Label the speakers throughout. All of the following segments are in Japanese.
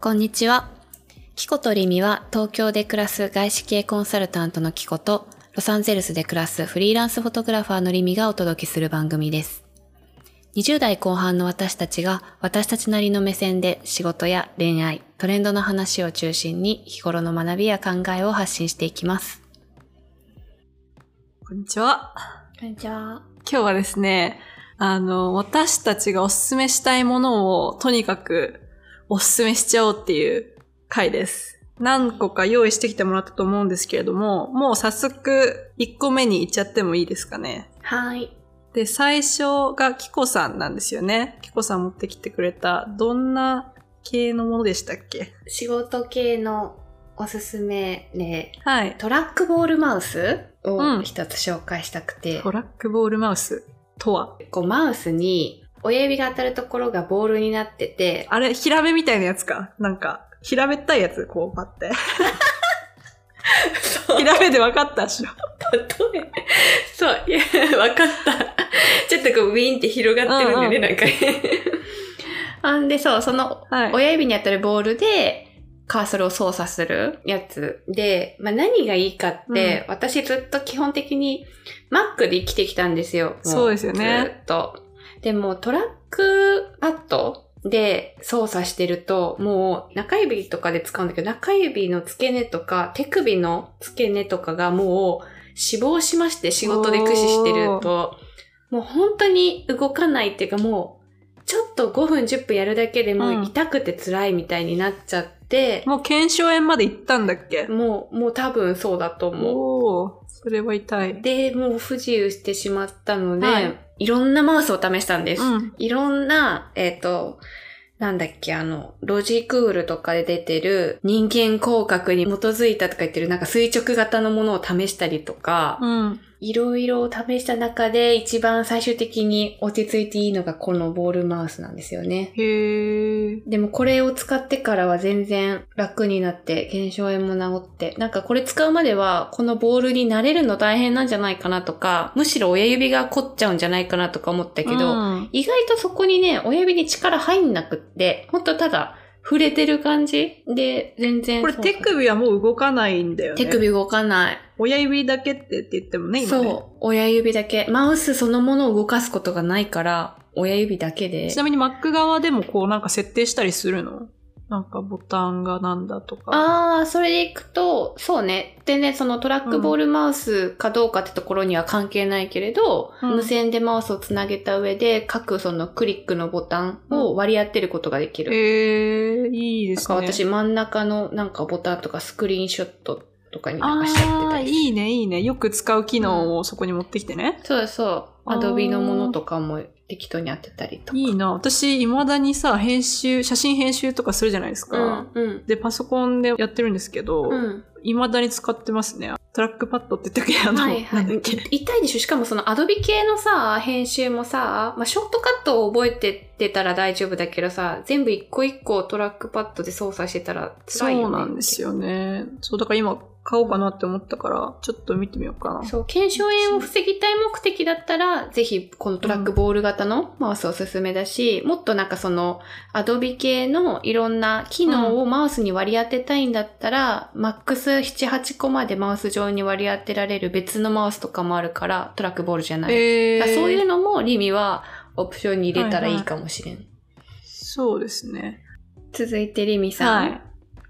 Speaker 1: こんにちは。キコとリミは東京で暮らす外資系コンサルタントのキコとロサンゼルスで暮らすフリーランスフォトグラファーのリミがお届けする番組です。20代後半の私たちが私たちなりの目線で仕事や恋愛、トレンドの話を中心に日頃の学びや考えを発信していきます。
Speaker 2: こんにちは。
Speaker 1: こんにちは。
Speaker 2: 今日はですね、あの、私たちがおすすめしたいものをとにかくおすすめしちゃおうっていう回です。何個か用意してきてもらったと思うんですけれども、もう早速1個目に行っちゃってもいいですかね。
Speaker 1: はい。
Speaker 2: で、最初がキコさんなんですよね。キコさん持ってきてくれた、どんな系のものでしたっけ
Speaker 1: 仕事系のおすすめで、
Speaker 2: はい。
Speaker 1: トラックボールマウス
Speaker 2: う
Speaker 1: を
Speaker 2: ん
Speaker 1: 一つ紹介したくて、
Speaker 2: トラックボールマウスとは
Speaker 1: こうマウスに親指が当たるところがボールになってて、
Speaker 2: あれ、ヒラメみたいなやつかなんか、平べったいやつ、こう、パって。
Speaker 1: そう、
Speaker 2: 平べで分かったっしょ。
Speaker 1: 例え、そう、いや、わかった。ちょっとこう、ウィーンって広がってるんだよね、
Speaker 2: うん
Speaker 1: なんか。あんで、そう、その、
Speaker 2: はい。
Speaker 1: 親指に当たるボールで、カーソルを操作するやつで、まあ、何がいいかって、私ずっと基本的に Mac で生きてきたんですよ。も
Speaker 2: そうですよね
Speaker 1: ずっと。でもトラックパッドで操作してると、もう中指とかで使うんだけど、中指の付け根とか手首の付け根とかがもう死亡しまして仕事で駆使してると、もう本当に動かないっていうかもう、ちょっと5分10分やるだけでも
Speaker 2: うん
Speaker 1: う痛くて辛いみたいになっちゃって、
Speaker 2: もう検証炎まで行ったんだっけ
Speaker 1: もう、もう多分そうだと思う。
Speaker 2: おおーそれは痛い。
Speaker 1: で、もう不自由してしまったので、
Speaker 2: はいい、
Speaker 1: ろんなマウスを試したんです。
Speaker 2: うん。
Speaker 1: いろんな、えっ、と、なんだっけ、あの、ロジクールとかで出てる人間工学に基づいたとか言ってるなんか垂直型のものを試したりとか、
Speaker 2: うん。
Speaker 1: いろいろ試した中で一番最終的に落ち着いていいのがこのボールマウスなんですよね。
Speaker 2: へえ。
Speaker 1: でもこれを使ってからは全然楽になって、検証炎も治って、なんかこれ使うまではこのボールに慣れるの大変なんじゃないかなとか、むしろ親指が凝っちゃうんじゃないかなとか思ったけど、
Speaker 2: うん
Speaker 1: 意外とそこにね、親指に力入んなくって、ほんとただ触れてる感じで、全然。
Speaker 2: これ
Speaker 1: そう
Speaker 2: 手首はもう動かないんだよね。
Speaker 1: 手。首動かない。
Speaker 2: 親指だけってって言ってもね、今ね。
Speaker 1: そう。親指だけ。マウスそのものを動かすことがないから、親指だけで
Speaker 2: ち。なみに Mac 側でもこうなんか設定したりするのなんかボタンがなんだとか。あ。
Speaker 1: ああ、それでいくと、そうね。全然そのトラックボールマウスかどうかってところには関係ないけれど、
Speaker 2: うん
Speaker 1: 無線でマウスをつなげた上で、各そのクリックのボタンを割り当てることができる。
Speaker 2: へえ、いいで
Speaker 1: なん
Speaker 2: す
Speaker 1: か
Speaker 2: ね。
Speaker 1: 私真ん中のなんかボタンとかスクリーンショットとかになん
Speaker 2: あ
Speaker 1: かしちゃって
Speaker 2: あ
Speaker 1: た
Speaker 2: ー、
Speaker 1: り。
Speaker 2: いいね、いいね。よく使う機能をそこに持ってきてね。
Speaker 1: そうそう。
Speaker 2: あ
Speaker 1: ア
Speaker 2: ー
Speaker 1: ドビのものとかも適当に当てたりとか。
Speaker 2: いいな。私、未だにさ、編集、写真編集とかするじゃないです
Speaker 1: う
Speaker 2: か。
Speaker 1: ん。うん。
Speaker 2: で、パソコンでやってるんですけど、
Speaker 1: うん。
Speaker 2: 未だに使ってますね。トラックパッドって言ったっけあの、
Speaker 1: はいはい。
Speaker 2: なんだっ け。
Speaker 1: い痛いでしょしかもそのアドビ系のさ、編集もさ、まあ、ショートカットを覚えてってたら大丈夫だけどさ、全部一個一個トラックパッドで操作してたら
Speaker 2: そ
Speaker 1: 辛いよね。
Speaker 2: うなんですよね。そう、だから今買おうかなって思ったから、ちょっと見てみようかな。
Speaker 1: そう、検証炎を防ぎたい目的だったら、ぜひこのトラックボール型のマウスおすすめだし、もっとなんかその、アドビ系のいろんな機能をマウスに割り当てたいんだったら、マックス7、8個までマウス上に割り当てられる別のマウスとかもあるから、トラックボールじゃない。
Speaker 2: え
Speaker 1: だからそういう
Speaker 2: の
Speaker 1: のもリミはオプションに入れたらいいかもしれん。
Speaker 2: そうですね。
Speaker 1: 続いてリミさん。
Speaker 2: はい。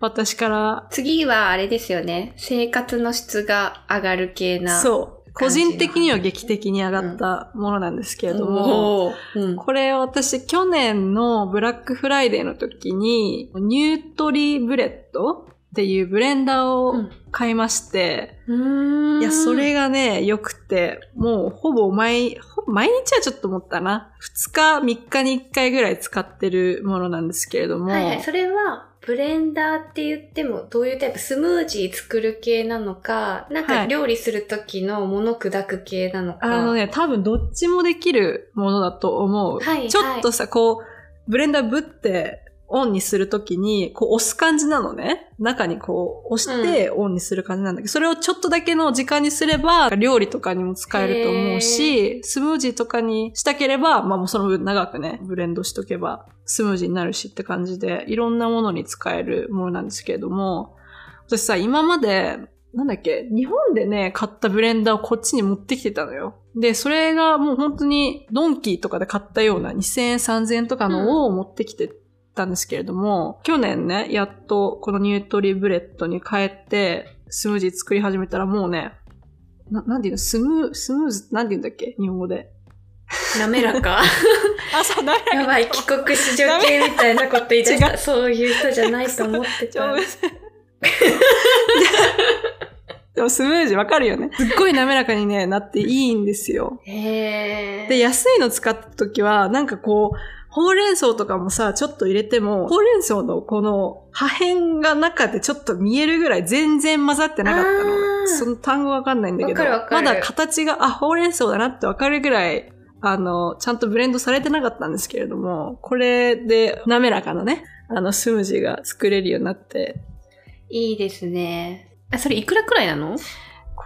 Speaker 2: 私から、
Speaker 1: 次はあれですよね。生活の質が上がる系な。う。
Speaker 2: そう。個人的には劇的に上がったものなんですけれども、
Speaker 1: おーうん、
Speaker 2: これ私去年のブラックフライデーの時に、ニュートリブレットっていうブレンダーを買いまして、
Speaker 1: うん
Speaker 2: いや、それがね、良くて、もうほぼ毎、ほぼ毎日はちょっと思ったな。2日、3日に1回ぐらい使ってるものなんですけれども。
Speaker 1: はいはい、それはブレンダーって言ってもどういうタイプスムージー作る系なのか、なんか
Speaker 2: はい
Speaker 1: 料理する時の物砕く系なのか。
Speaker 2: あのね、多分どっちもできるものだと思う。
Speaker 1: はい
Speaker 2: ちょっとさ、こう、ブレンダーぶって、オンにするときに、こう押す感じなのね。中にこう押してオンにする感じなんだけど、それをちょっとだけの時間にすれば、料理とかにも使えると思うし、スムージーとかにしたければ、まあもうその分長くね、ブレンドしとけば、スムージーになるしって感じで、いろんなものに使えるものなんですけれども、私さ、今まで、なんだっけ、日本でね、買ったブレンダーをこっちに持ってきてたのよ。で、それがもう本当にドンキーとかで買ったような2000円、3000円とかのを持ってきてたんですけれども、去年ね、やっとこのニュートリブレットに変えて、スムージー作り始めたらもうね、な、なんていうのスムー、スムーズ、なんて言うんだっけ日本語で。
Speaker 1: 滑らか
Speaker 2: あ、そう、 だ
Speaker 1: やばい、帰国子女系みたいなこと言い出し
Speaker 2: 違
Speaker 1: た。そういう人じゃないと思 って
Speaker 2: ちょ
Speaker 1: た。
Speaker 2: でもスムージーわかるよ ね。すっごい滑らかに ね、なっていいんですよ。
Speaker 1: へー。
Speaker 2: で、安いの使った時は、なんかこう、ほうれん草とかもさ、ちょっと入れても、ほうれん草のこの破片が中でちょっと見えるぐらい全然混ざってなかった
Speaker 1: あー
Speaker 2: の。その単語わかんないんだけど
Speaker 1: わかるわ、か
Speaker 2: ま
Speaker 1: る
Speaker 2: だ形が、あ、ほうれん草だなってわかるぐらい、あの、ちゃんとブレンドされてなかったんですけれども、これで滑らかなね、あの、スムージーが作れるようになって、
Speaker 1: いいですね。あ、それいくらくらいなの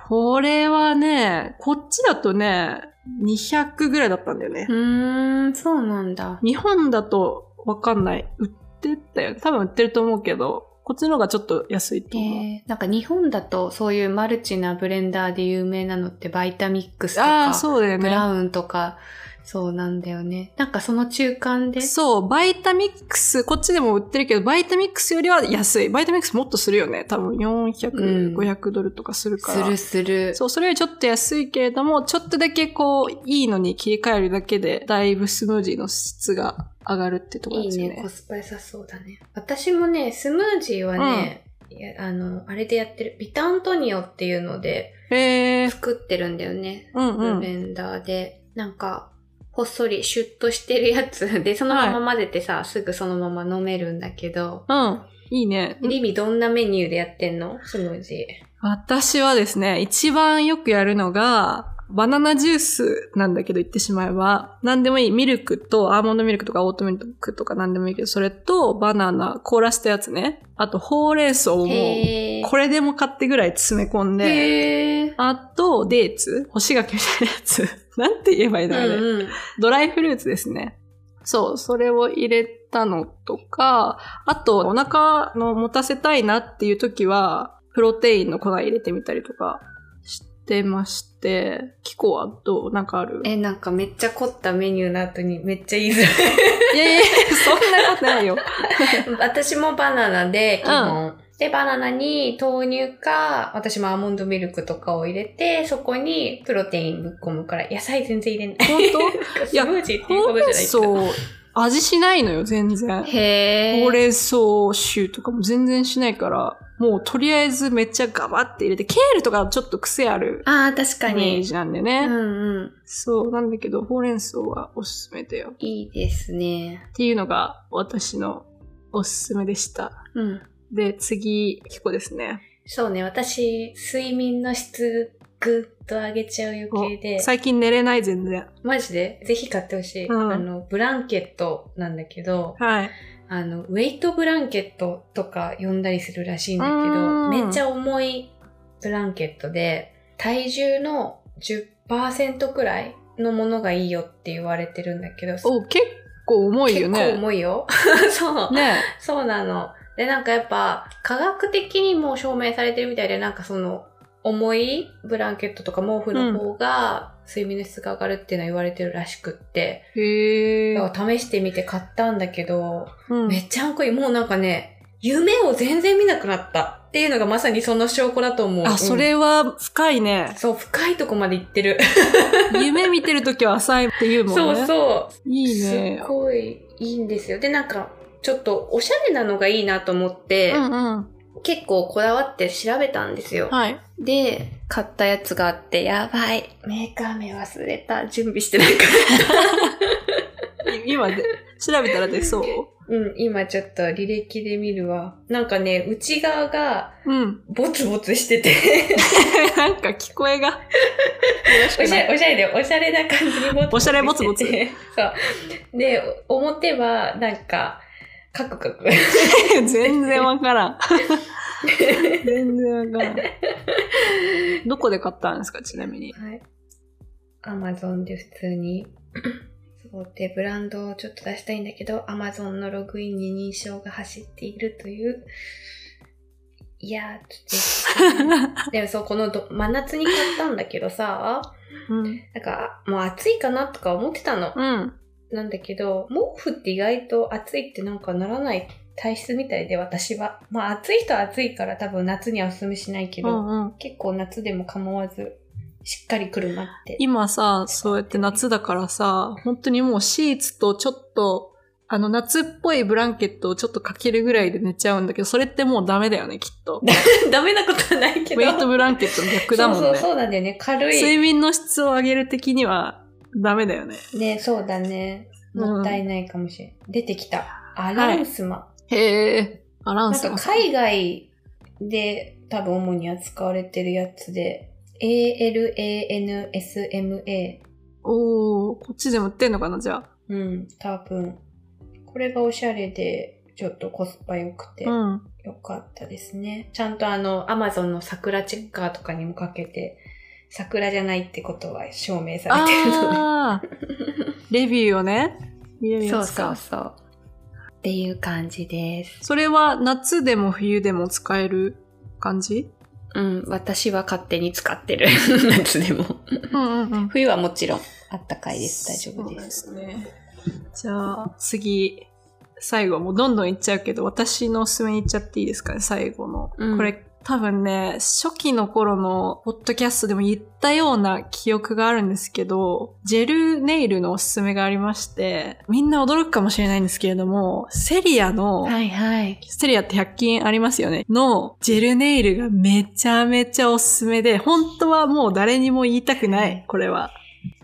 Speaker 2: これはね、こっちだとね、200ぐらいだったんだよね。
Speaker 1: ーん、そうなんだ。
Speaker 2: 日本だとわかんない。売ってたよね。多分売ってると思うけど、こっちの方がちょっと安いと思う。
Speaker 1: えー、なんか日本だとそういうマルチなブレンダーで有名なのってバイタミックスと
Speaker 2: あ
Speaker 1: か、
Speaker 2: あ、そうだよ
Speaker 1: ブ
Speaker 2: ね。
Speaker 1: ラウンとか、そうなんだよね。なんかその中間で。
Speaker 2: そう、バイタミックス、こっちでも売ってるけど、バイタミックスよりは安い。バイタミックスもっとするよね。多分400、
Speaker 1: うん
Speaker 2: 500ドルとかするか
Speaker 1: す
Speaker 2: ら。
Speaker 1: るする。
Speaker 2: そう、それよりちょっと安いけれども、ちょっとだけこう、いいのに切り替えるだけで、だいぶスムージーの質が上がるってところ
Speaker 1: い
Speaker 2: で
Speaker 1: い
Speaker 2: すよね。
Speaker 1: ね、コスパ良さそうだね。私もね、スムージーはね、いやあの、あれでやってる、ビタントニオっていうので
Speaker 2: へえー。
Speaker 1: 作ってるんだよね。
Speaker 2: うんう
Speaker 1: ブ
Speaker 2: ん。
Speaker 1: レンダーで。なんか、ほっそりシュッとしてるやつ で、そのまま混ぜてさ、すぐそのまま飲めるんだけど、
Speaker 2: うん。いいね。
Speaker 1: リミどんなメニューでやってんのスムージー。
Speaker 2: 私はですね、一番よくやるのが、バナナジュースなんだけど言ってしまえば、何でもいい。ミルクと、アーモンドミルクとかオートミルクとか何でもいいけど、それとバナナ、凍らしたやつね。あと、ほうれん草をもう、
Speaker 1: へー。
Speaker 2: これでも買ってぐらい詰め込んで、
Speaker 1: へー。
Speaker 2: あと、デーツ干し柿みたいなやつ。 なんて言えばいいんだろうね。
Speaker 1: うんうん。
Speaker 2: ドライフルーツですね。そう、それを入れたのとか、あと、お腹の持たせたいなっていう時は、プロテインの粉入れてみたりとかしてまして、キコはどうなんかある
Speaker 1: え、なんかめっちゃ凝ったメニューの後にめっちゃ言いづら
Speaker 2: いやいやそんなこ とないよ。
Speaker 1: い。 私もバナナで、基本。で、バナナに豆乳か、私もアーモンドミルクとかを入れて、そこにプロテインぶっ込むから、野菜全然入れない。
Speaker 2: 本
Speaker 1: スムージーっていう
Speaker 2: ほ
Speaker 1: こ
Speaker 2: う
Speaker 1: と
Speaker 2: れ
Speaker 1: じ
Speaker 2: ん
Speaker 1: ゃない
Speaker 2: 草、味しないのよ、全然。
Speaker 1: へー。
Speaker 2: ほうれん草臭とかも全然しないから、もうとりあえずめっちゃガバって入れて、ケールとかちょっと癖ある
Speaker 1: ああ、確か
Speaker 2: イメー
Speaker 1: に。
Speaker 2: ジなんでね。
Speaker 1: うんうん。
Speaker 2: そう、なんだけど、ほうれん草はおすすめだよ。
Speaker 1: いいですね。
Speaker 2: っていうのが私のおすすめでした。
Speaker 1: うん。
Speaker 2: で、次、キコですね。
Speaker 1: そうね、私、睡眠の質、ぐっと上げちゃう余計で。
Speaker 2: 最近寝れない全然。
Speaker 1: マジでぜひ買ってほしい、
Speaker 2: うん
Speaker 1: あの、ブランケットなんだけど、
Speaker 2: はい。
Speaker 1: あの、ウェイトブランケットとか呼んだりするらしいんだけ
Speaker 2: う
Speaker 1: ど、
Speaker 2: ん
Speaker 1: めっちゃ重いブランケットで、体重の10%くらいのものがいいよって言われてるんだけど、
Speaker 2: お、結構重いよね。
Speaker 1: 結構重いよ。 そう、
Speaker 2: ね。
Speaker 1: そうなの。で、なんかやっぱ、科学的にもう証明されてるみたいで、なんかその、重いブランケットとか毛布の方が、睡眠の質が上がるっていうのは言われてるらしくって、
Speaker 2: へ
Speaker 1: だ
Speaker 2: ー。
Speaker 1: から試してみて買ったんだけど、
Speaker 2: うん
Speaker 1: めっちゃんこいい。もうなんかね、夢を全然見なくなったっていうのがまさにその証拠だと思う。うん
Speaker 2: あ、そ、れは深 いね。
Speaker 1: そう、深いとこまで行ってる。
Speaker 2: 夢見てるときは浅いって言うもんね。
Speaker 1: そうそう。
Speaker 2: いい
Speaker 1: す
Speaker 2: ね
Speaker 1: っ。ごいいいんですよ。で、なんか、ちょっとおしゃれなのがいいなと思って、
Speaker 2: うんうん。
Speaker 1: 結構こだわって調べたんですよ。
Speaker 2: はい。
Speaker 1: で、買ったやつがあって、やばい。メーカー名忘れた。準備してないから。
Speaker 2: い今で、調べたら出そう。
Speaker 1: うん、今ちょっと履歴で見るわ。なんかね、内側が
Speaker 2: うん。
Speaker 1: ボツボツしてて。
Speaker 2: なんか聞こえが。よろし
Speaker 1: お
Speaker 2: く
Speaker 1: し
Speaker 2: な
Speaker 1: ゃ
Speaker 2: い。
Speaker 1: れ、おしゃれで、おしゃれな 感じにボツボツしてて。
Speaker 2: おしゃれボツボツ
Speaker 1: そう。で、表は、なんか、カクカク。
Speaker 2: 全然わからん。全然わからん。どこで買ったんですか、ちなみに。
Speaker 1: はい。アマゾンで普通に。 そう。で、ブランドをちょっと出したいんだけど、アマゾンのログインに認証が走っているという。いや ー、ちょっと。でもそう、このど真夏に買ったんだけどさ、
Speaker 2: うん。
Speaker 1: なんか、もう暑いかなとか思ってたの。
Speaker 2: うん。
Speaker 1: なんだけど、毛布って意外と暑いってなんかならない体質みたいで、私は。まあ、暑い人は暑いから多分夏にはおすすめしないけ
Speaker 2: う
Speaker 1: ど、
Speaker 2: んうん。
Speaker 1: 結構夏でも構わず、しっかりくるまって。
Speaker 2: 今さ、そうやって夏だからさ、本当にもうシーツとちょっと、あの夏っぽいブランケットをちょっとかけるぐらいで寝ちゃうんだけど、それってもうダメだよね、きっ と。
Speaker 1: ダメなことはないけ
Speaker 2: ウ
Speaker 1: ど。
Speaker 2: ェイトブランケットの逆だもんね。
Speaker 1: そうそうそうなんだよね。軽
Speaker 2: 睡
Speaker 1: い。
Speaker 2: 眠の質を上げる的にはダメだよね。
Speaker 1: ね、そうだね。
Speaker 2: うん
Speaker 1: もったいないかもしれん。出てきた。アランスマ。
Speaker 2: へえ。アラン
Speaker 1: なん
Speaker 2: ス
Speaker 1: か
Speaker 2: マさん
Speaker 1: 海外で多分主に扱われてるやつで、ALANSMA。
Speaker 2: おー、こっちでも売ってんのかな、じゃあ。
Speaker 1: うん、多分。これがおしゃれで、ちょっとコスパ良くて、良
Speaker 2: うん。
Speaker 1: かったですね。ちゃんとあの、アマゾンの桜チェッカーとかにもかけて、桜じゃないってことは証明されてるので。
Speaker 2: ああ。レビューをね。見れる
Speaker 1: そ
Speaker 2: や
Speaker 1: う
Speaker 2: つか
Speaker 1: そうそう。っていう感じです。
Speaker 2: それは夏でも冬でも使える感じ
Speaker 1: うん、私は勝手に使ってる。 夏でも。
Speaker 2: うんうんうん。
Speaker 1: 冬はもちろん、あったかいです。大丈夫です。
Speaker 2: そうなんですね。じゃあ、次、最後、もうどんどんいっちゃうけど、私のおすすめいっちゃっていいですかね、最後の。
Speaker 1: うん
Speaker 2: これ、多分ね、初期の頃のポッドキャストでも言ったような記憶があるんですけど、ジェルネイルのおすすめがありまして、みんな驚くかもしれないんですけれども、セリアの、
Speaker 1: いはい。
Speaker 2: セリアって100均ありますよね。のジェルネイルがめちゃめちゃおすすめで、本当はもう誰にも言いたくない、これは。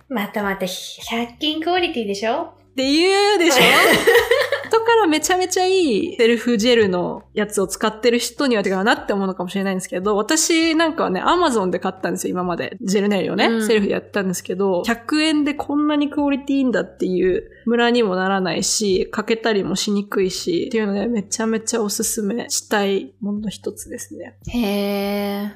Speaker 1: またまた、100均クオリティでしょ
Speaker 2: って言う でしょだからめちゃめちゃいいセルフジェルのやつを使ってる人には違うなって思うのかもしれないんですけど、私なんかはね、アマゾンで買ったんですよ、今まで。ジェルネイルをね、
Speaker 1: うん
Speaker 2: セルフでやったんですけど、100円でこんなにクオリティいいんだっていうムラにもならないし、かけたりもしにくいし、っていうのでめちゃめちゃおすすめしたいものの一つですね。
Speaker 1: へえ。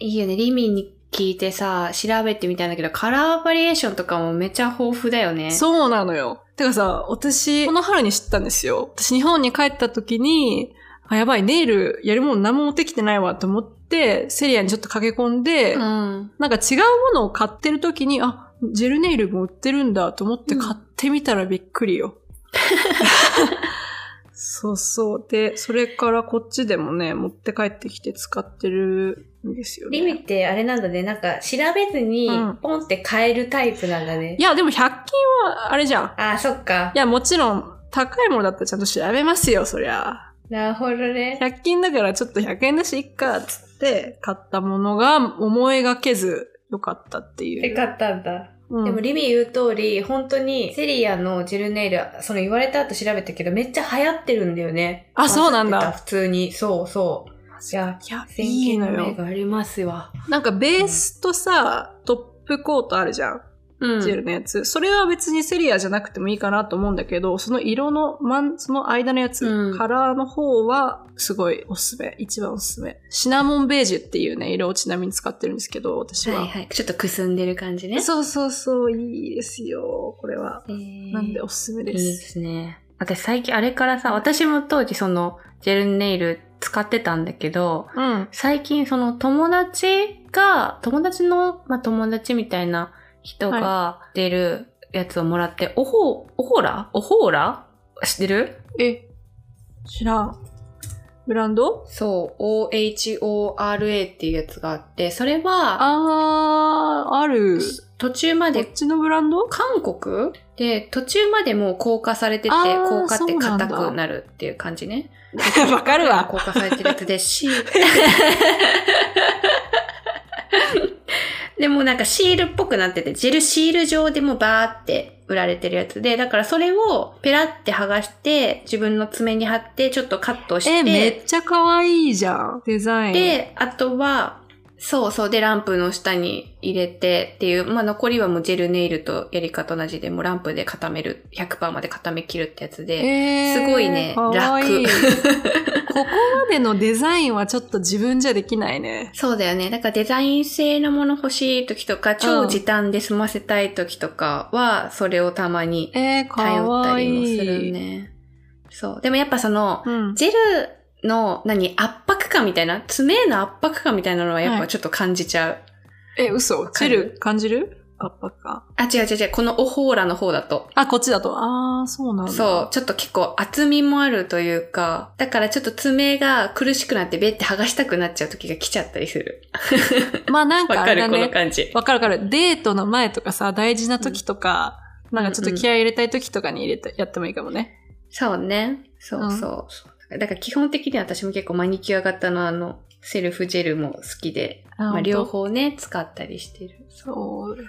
Speaker 1: いいよね。リミに聞いてさ、調べてみたんだけど、カラーバリエーションとかもめちゃ豊富だよね。う。
Speaker 2: そうなのよ。てかさ、私、この春に知ったんですよ。私、日本に帰った時に、あ、やばい、ネイルやるもの何も持ってきてないわと思って、セリアにちょっと駆け込んで、
Speaker 1: うん。
Speaker 2: なんか違うものを買ってる時に、あ、ジェルネイルも売ってるんだと思って
Speaker 1: うん
Speaker 2: 買ってみたらびっくりよ。そうそう。で、それからこっちでもね、持って帰ってきて使ってるんですよね。
Speaker 1: リミってあれなんだね。なんか、調べずに
Speaker 2: うん、
Speaker 1: ポンって変えるタイプなんだね。
Speaker 2: いや、でも100均はあれじゃん。
Speaker 1: ああ、そっか
Speaker 2: い。や、もちろん、高いものだったらちゃんと調べますよ、そりゃ。
Speaker 1: なるほどね。
Speaker 2: 100均だからちょっと100円だし、いっか、つって、買ったものが思いがけず良かったっていう。
Speaker 1: よかったんだ。
Speaker 2: うん
Speaker 1: でもリミ言う通り、本当にセリアのジェルネイル、その言われた後調べたけど、めっちゃ流行ってるんだよね。
Speaker 2: あそうなんだ
Speaker 1: バズってた普通に。そうそう。いや、
Speaker 2: いや、
Speaker 1: 先
Speaker 2: いい
Speaker 1: 見
Speaker 2: の
Speaker 1: の目
Speaker 2: よ。
Speaker 1: がありますわ。
Speaker 2: なんかベースとさ、トップコートあるじゃん。
Speaker 1: う
Speaker 2: ジェルのやつ。それは別にセリアじゃなくてもいいかなと思うんだけど、その色の、まん、その間のやつ、
Speaker 1: うん
Speaker 2: カラーの方は、すごいおすすめ。一番おすすめ。シナモンベージュっていうね、色をちなみに使ってるんですけど、私は。
Speaker 1: はいはい。ちょっとくすんでる感じね。
Speaker 2: そうそうそう、いいですよ、これは。
Speaker 1: えー
Speaker 2: なんでおすすめ
Speaker 1: いい
Speaker 2: で。
Speaker 1: ですすね。私最近あれからさ、私も当時そのジェルネイル使ってたんだけど、
Speaker 2: うん。
Speaker 1: 最近その友達が、友達の、まあ、友達みたいな人が出るやつをもらって、おほ、おほらおほーら知ってる
Speaker 2: え、知らん。ブランド
Speaker 1: そう、OHORA っていうやつがあって、それは、
Speaker 2: あー、ある。
Speaker 1: 途中ま
Speaker 2: こ
Speaker 1: で
Speaker 2: っちのブラ ンド
Speaker 1: 韓国で途中までもう硬化されてて
Speaker 2: あー
Speaker 1: 硬化って
Speaker 2: そうなんだ
Speaker 1: 硬くなるっていう感じね
Speaker 2: わかるわ。
Speaker 1: 硬化されてるやつです しでもなんかシールっぽくなっててジェルシール状でもうバーって売られてるやつでだからそれをペラって剥がして自分の爪に貼ってちょっとカットして
Speaker 2: え、めっちゃ可愛いじゃん。デザイン。
Speaker 1: で、あとは、そうそう。で、ランプの下に入れてっていう、まあ、残りはもうジェルネイルとやり方同じで、もうランプで固める、100%まで固め切るってやつで、
Speaker 2: え
Speaker 1: すごいね、
Speaker 2: かわいい
Speaker 1: 楽
Speaker 2: こ。こまでのデザインはちょっと自分じゃできないね。
Speaker 1: そうだよね。だからデザイン性のもの欲しい時とか、超時短で済ませたい時とかは、それをたまに
Speaker 2: えー、か
Speaker 1: 頼った
Speaker 2: わい
Speaker 1: り
Speaker 2: い。
Speaker 1: もするね。そう。でもやっぱその、
Speaker 2: うん。
Speaker 1: ジェルの、何、圧迫感みたいな、爪への圧迫感みたいなのはやっ
Speaker 2: は
Speaker 1: ぱ
Speaker 2: い
Speaker 1: ちょっと感じちゃう。
Speaker 2: え、嘘
Speaker 1: か
Speaker 2: チ
Speaker 1: る
Speaker 2: ル感じる圧迫感。
Speaker 1: あ、違う違う違う。このオホーラの方だと。
Speaker 2: あ、こっちだと。あー、そうなんだ。
Speaker 1: そう。。ちょっと結構厚みもあるというか、だからちょっと爪が苦しくなってベって剥がしたくなっちゃう時が来ちゃったりする。
Speaker 2: まあなんか
Speaker 1: わ
Speaker 2: あ
Speaker 1: かる、
Speaker 2: れだ
Speaker 1: この
Speaker 2: ね。
Speaker 1: 感じ。
Speaker 2: わかるわかる。デートの前とかさ、大事な時とか、
Speaker 1: ん
Speaker 2: なんかちょっと気合い入れたい時とかに入れて、やってもいいかもね。
Speaker 1: そうね。そうそうそう。だから基本的には私も結構マニキュア型のあの、セルフジェルも好きで、
Speaker 2: あ
Speaker 1: まあ、
Speaker 2: 本当
Speaker 1: 両方ね、使ったりしてる。
Speaker 2: そうです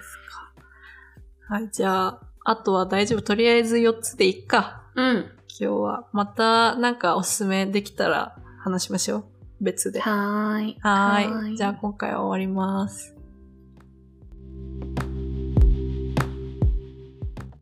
Speaker 2: か。はい、じゃあ、あとは大丈夫。とりあえず4つでいっか。
Speaker 1: うん。
Speaker 2: 今日は。また、なんかおすすめできたら話しましょう。別で。は
Speaker 1: はーい。
Speaker 2: ーい。じゃあ今回は終わります。